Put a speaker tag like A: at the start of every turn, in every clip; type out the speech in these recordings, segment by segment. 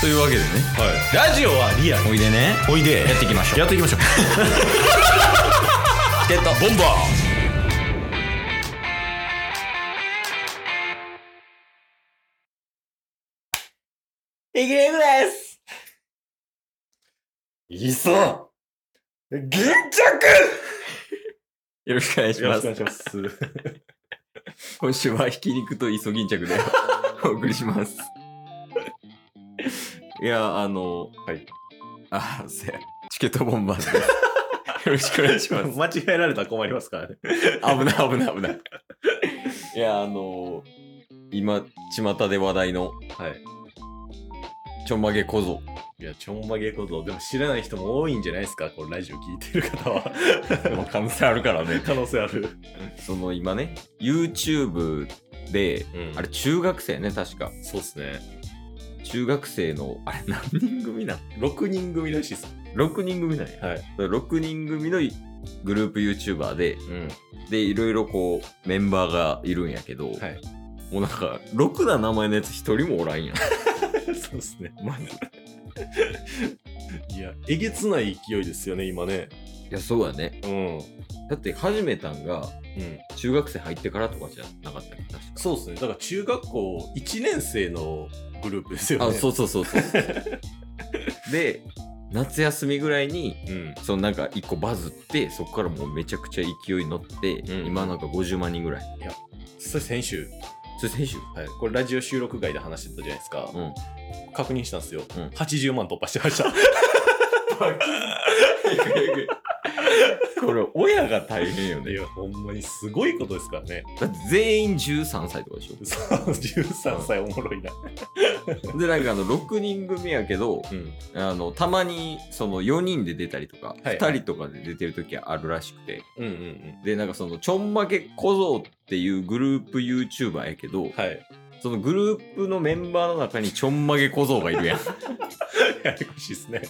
A: というわけでね
B: ラジオはリアル
A: おいでね
B: おいで
A: やっていきましょう
B: やっていきましょう
A: チケットボンバー
C: イギレグです
B: いそ
C: 銀着
A: よろしくお願いし
B: よろ
A: ま
B: しくお願
A: す
B: いします
A: 今週はひき肉と磯銀 着でお送りしますいやあの
B: はい
A: あせやチケットボンバーズです よろしくお願いします
B: 間違えられたら困りますからね
A: 危ない危ない危ないいやあの今巷で話題の
B: はい
A: ちょんまげ小僧
B: いやちょんまげことでも知らない人も多いんじゃないですかこのラジオ聞いてる方は
A: でも可能性あるからね
B: 可能性ある、
A: その今ね YouTube で
B: うん
A: あれ中学生ね確か
B: そうっすね
A: 中学生のあれ 何人組なん
B: 6人組らしいっす
A: 6人組なんや
B: はい
A: 6人組のグループ YouTuber で
B: うん
A: でいろいろこうメンバーがいるんやけど、
B: はい
A: もうなんかろくな名前のやつ一人もおらんやん
B: そうっすね
A: マジい
B: いやえげつない勢いですよね今ね
A: やそうやね
B: うん
A: だって始めたんが
B: うん、
A: 中学生入ってからとかじゃなかったっけ確か
B: そうですねだから中学校1年生のグループですよね
A: あそうそうそうそう で夏休みぐらいに
B: うん
A: そのなんか一個バズってそこからもうめちゃくちゃ勢いに乗って、
B: うん
A: 今なんか50万人ぐらい
B: それ先週、
A: それ先週
B: はい、これラジオ収録外で話してたじゃないですか、
A: うん
B: 確認したんですよ、
A: うん
B: 80万突破してました
A: これ親が大変よ
B: い
A: ね
B: やほんまにすごいことですからね
A: だって全員13歳とかでしょ
B: そう13歳おもろいな
A: でなんかあの6人組やけど
B: うん
A: あのたまにその4人で出たりとか、
B: はい
A: 2人とかで出てる時はあるらしくて
B: うんうんうん
A: でなんかそのちょんまげ小僧っていうグループ YouTuber やけど、
B: はい
A: そのグループのメンバーの中にちょんまげ小僧がいるやんそう
B: ややこしいですね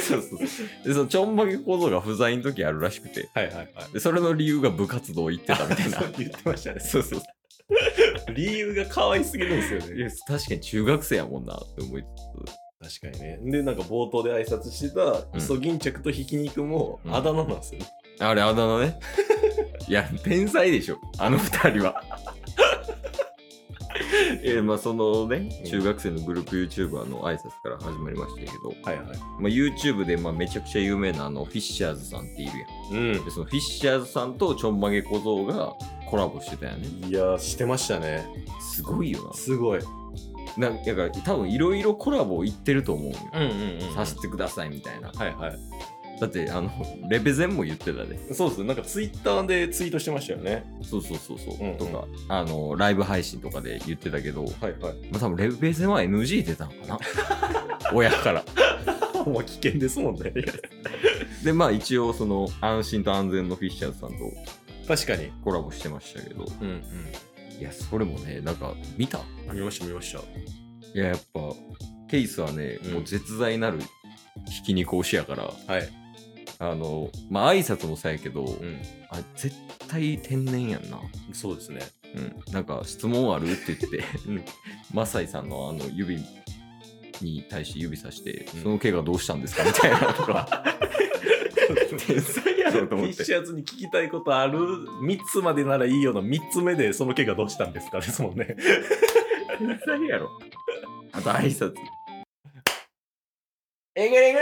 A: そうそうでそのちょんまげ小僧が不在の時あるらしくて
B: はいはいはい
A: でそれの理由が部活動行って たみたいな
B: 言ってましたね
A: そうそう
B: 理由が可愛すぎるんですよ
A: いや
B: ね
A: 確かに中学生やもんなって思い
B: 確かにねでなんか冒頭で挨拶して
A: ん
B: たイソギンチャクとひき肉も
A: うん
B: あだ名なんですよね、
A: あれあだ名 ねいや天才でしょあの二人 はえーまあそのね中学生のグループ YouTuber の挨拶から始まりましたけど、
B: はいはい
A: まあ、YouTube でまあめちゃくちゃ有名なあのフィッシャーズさんっているや
B: うん
A: んでそのフィッシャーズさんとちょんまげ小僧がコラボしてたよね
B: いやーしてましたね
A: すごいよ
B: すごい
A: ななんか多分いろいろコラボ行ってると思うよ、
B: うんうんうん
A: させてくださいみたいな
B: はいはい
A: だってあのレベゼンも言ってたで
B: そうですねなんかツイッターでツイートしてましたよね
A: そうそうそうそう、
B: うんうん
A: とかあのライブ配信とかで言ってたけど、ま
B: はいはい
A: あ、多分レベゼンは NG 出たのかな親から
B: もう危険ですもんね
A: でまあ一応その安心と安全のフィッシャーズさんと
B: 確かに
A: コラボしてましたけど
B: うんうん
A: いやそれもねなんか見た
B: 見ました見ました
A: いややっぱケイスはね、
B: うん
A: もう絶大なるひき肉推しやから
B: はい
A: あのまあ挨拶もさやけど、
B: うん
A: あ絶対天然やんな
B: そう ですね
A: うん、なんか質問あるって言って、
B: うん
A: マサイさんのあの指に対して指さして、
B: うん
A: その怪我どうしたんですかみたいなとか 天才やろと
B: フ
A: 思っ
B: ィ ッ
A: て
B: シャーズに聞きたいことある3つまでならいいよの3つ目でその怪我どうしたんですかですもん ね
A: 天才やろあと挨拶
C: イギレグ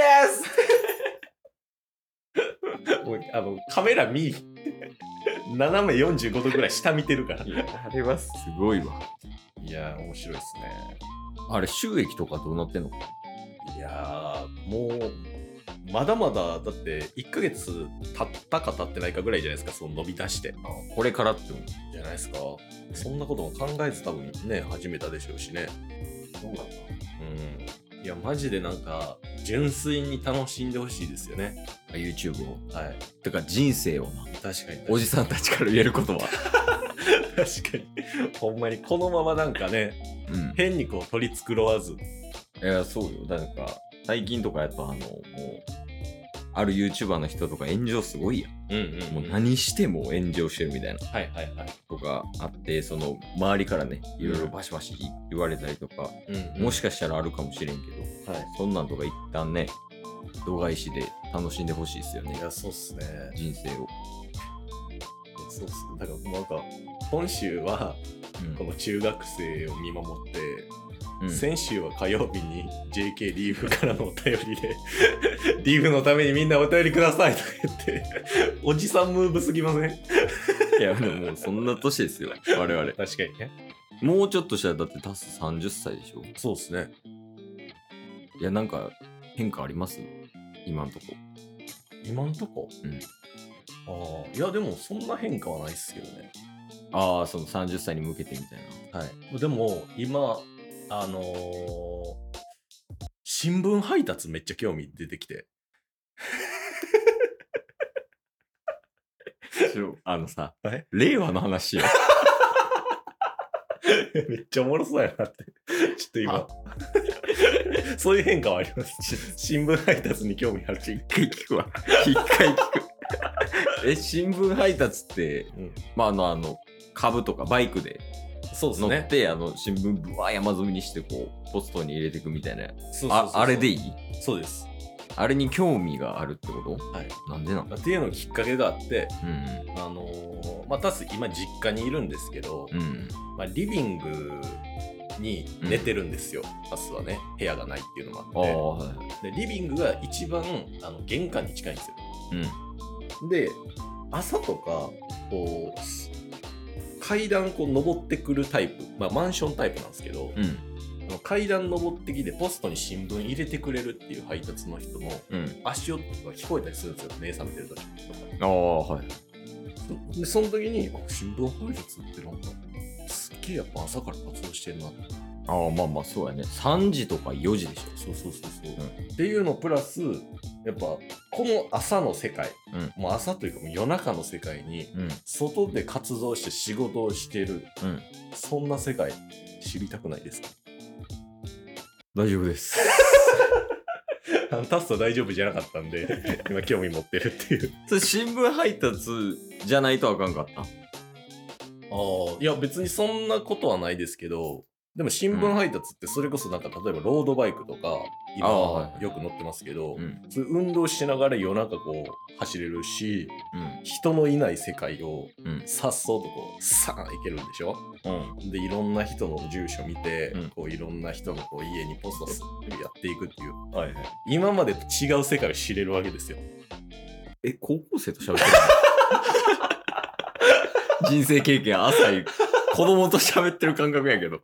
C: です
B: もうあのカメラ見い斜め45度ぐらい下見てるから
A: あれはすごいわ
B: いやー面白いですね
A: あれ収益とかどうなってんの
B: いやーもうまだまだだって1ヶ月経ったか経ってないかぐらいじゃないですかその伸び出して
A: これからって思う
B: じゃないですかそんなことも考えず多分ね始めたでしょうしねうんいやマジでなんか純粋に楽しんでほしいですよね
A: あ YouTube を
B: はい
A: てか人生をな
B: 確かに
A: おじさんたちから言えることは
B: 確かにほんまにこのままなんかね
A: うん
B: 変にこう取り繕わず
A: いやそうよだから最近とかやっぱあのもうある YouTuber の人とか炎上すごいやん。
B: うんう
A: も
B: ん
A: う何しても炎上してるみたいな
B: はいはいはい。
A: とかあって、その周りからね、いろいろバシバシ言われたりとか、
B: うん
A: もしかしたらあるかもしれんけど、
B: はい
A: そんなんとか一旦ね、度外視で楽しんでほしいですよね
B: い。や、そうっすね。
A: 人生を。
B: そうっすね。だから、なんか、今週は、
A: うん
B: この中学生を見守って、
A: うん
B: 先週は火曜日に JK リーフからのお便りで リーフのためにみんなお便りくださいとか言っておじさんムーブすぎません
A: いや、でももうそんな年です よ、我々。
B: 確かにね
A: もうちょっとしたらだってタス30歳でしょ
B: そうですね
A: いや、なんか変化あります今んとこ。
B: 今んとこ
A: うん
B: ああいやでもそんな変化はないっすけどね
A: ああ、その30歳に向けてみたい
B: はいでも今あのー新聞配達めっちゃ興味出てきて
A: な。あのさ
B: はい、
A: 令和の話よ。
B: めっちゃおもろそうやなって。ちょっと
A: あ
B: 今。 そういう変化はあります。新聞配達に興味あるし。
A: 一回聞くわ。一回聞く。え、新聞配達って、
B: うん
A: まあ、あの、あの、株とかバイクで
B: そうで
A: 乗って、あの、新聞ぶわー山積みにして、こう、ポストに入れていくみたいな。
B: そうそうそう
A: ああれでいい
B: そうです。
A: あれに興味があるってこと
B: はい。
A: なんでなん
B: っていうのきっかけがあって、
A: うん
B: あのーまあ、たす今実家にいるんですけど、
A: うん。うん。
B: まあ、リビングに寝てるんですよ。タスはね、部屋がないっていうの
A: ああ、
B: も
A: はいはい。
B: あって。で、リビングが一番あの玄関に近いんですよ。
A: うん。
B: で朝とかこうす階段こう登ってくるタイプ、まあ、マンションタイプなんですけど、
A: うん。
B: あの階段登ってきてポストに新聞入れてくれるっていう配達の人の
A: うん。
B: 足音が聞こえたりするんですよ目覚めてる時とか
A: ああ、はい。
B: そでその時にあ新聞配達ってなんかすっげえやっぱ朝から活動してるなって
A: ああ、まあまあ、そうやね。3時とか4時でしょ。
B: そうそうそうそう、っていうのプラスやっぱこの朝の世界、
A: う
B: もう朝というかもう夜中の世界に
A: うん。
B: 外で活動して仕事をしてる
A: うん。
B: そんな世界知りたくないです か
A: 大丈夫です。
B: タスト大丈夫じゃなかったんで、 今興味持ってるっていう。
A: それ新聞配達じゃないとあかんかった。
B: ああ、いや別にそんなことはないですけど、でも新聞配達ってそれこそなんか例えばロードバイクとか、今
A: ああはい
B: よく乗ってますけど、
A: ん。
B: そういう運動しながら夜中こう走れるし、
A: うん。
B: 人のいない世界を
A: うん
B: さっそうとこう、さあ行けるんでしょ
A: うん。
B: でいろんな人の住所見て、
A: うん
B: こういろんな人のこう家にポストすってやっていくっていう
A: はいはい。
B: 今までと違う世界を知れるわけですよ。
A: え、高校生と喋ってる 人生経験浅 い子供と喋ってる感覚やけど。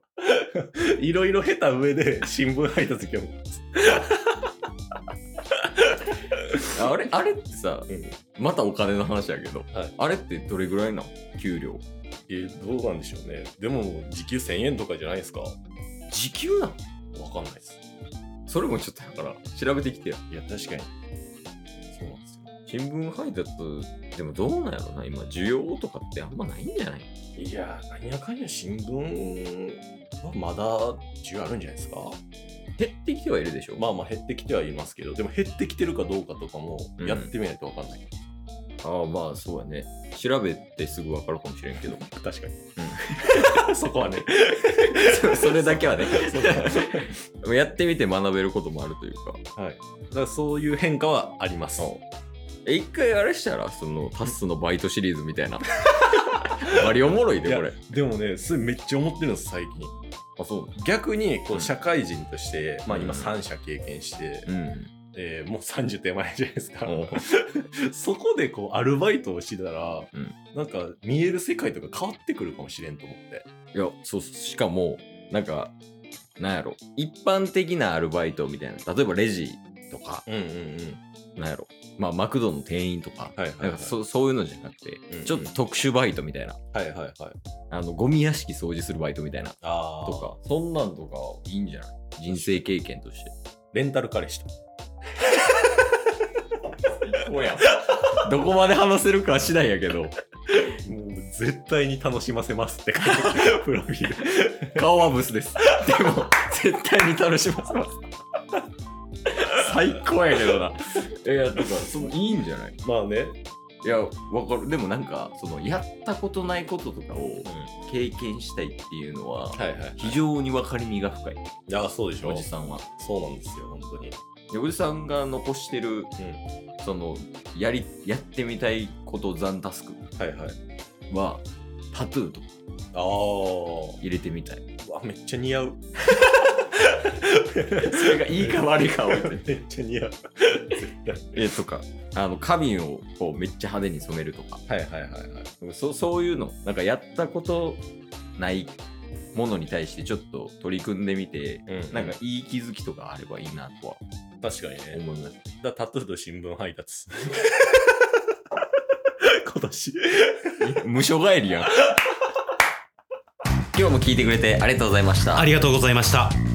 B: いろいろ下手 上で新聞配達今日。
A: あれ、あれってさ、またお金の話やけど、
B: はい
A: あれってどれぐらいなの給料。
B: え、どうなんでしょうね。でも、時給1000円とかじゃないですか。わ
A: 時給なの
B: かんないです。
A: それもちょっとだから調べてきてや。
B: いや、確かに。そうなんです
A: 新聞配達、でもどうなんやろな今、需要とかってあんまないんじゃない
B: よ。いや、何やかんや新聞はまだ需要あるんじゃないですか。
A: 減ってきてはいるでしょ
B: まあまあ減ってきてはいますけど、でも減ってきてるかどうかとかも
A: うん
B: やってみないとわかんない。
A: ああまあそうやね調べてすぐ分かるかもしれんけ ど
B: 確かに。 そこはね。
A: そそれだけはね
B: そうだ
A: やってみて学べることもあるというか
B: はい。だからそういう変化はあります。
A: え一回あれしたらそのタスのバイトシリーズみたいな バリおもろい
B: い
A: で
B: や
A: これ
B: でもね、それめっちゃ思ってるんです、最近。
A: あそう
B: 逆にこ
A: うん
B: う社会人として、まあ
A: うん
B: 今3社経験して、
A: うん
B: えーもう30手前じゃないですか、
A: おう
B: そこでこうアルバイトをしてたら、
A: うん
B: なんか見える世界とか変わってくるかもしれんと思って
A: いやそうそうしかもなんかなんやろ一般的なアルバイトみたいな例えばレジとか
B: うんうんうん
A: なんやろまあマクドの店員とか,、
B: はいはいはい
A: なんかそそういうのじゃなくて、
B: うんうん
A: ちょっと特殊バイトみたいな
B: はいはいはい
A: あのゴミ屋敷掃除するバイトみたいな
B: あ
A: と
B: とか
A: か、そんなんとかいいんじゃない人生経験として。
B: レンタル彼氏とか
A: どこまで話せるかは次第やけど、
B: もう絶対に楽しませますって書いてる プロフィール
A: 顔はブスです。でも、絶対に楽しませます。最高やけどな。いや、とか、そのいいんじゃない
B: まあね。
A: いや、わかる。でもなんか、その、やったことないこととかを経験したいっていうのは、
B: はいはい。
A: 非常に分かりみが深い、
B: いや、そうでしょ
A: おじ。さんは。
B: そうなんですよ、本当に。
A: でおじさんが残してる、そのやりやってみたいことザンタスク
B: はいはい。
A: はタトゥーとか
B: ああ。
A: 入れてみたい
B: うわ、めっちゃ似合 う。
A: それがいいか悪いかは
B: め
A: 置いて
B: っちゃ似合う。
A: えとかあの髪をこうめっちゃ派手に染めるとか
B: はいはいはいはい。
A: そそういうのなんかやったことないものに対してちょっと取り組んでみて
B: うん
A: なんかいい気づきとかあればいいなとは
B: 確かにね。
A: 思います
B: だタトゥーと新聞配達。 今年。
A: え無償帰りやん 今日も聞いてくれてありがとうございました
D: ありがとうございました。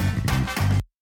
D: す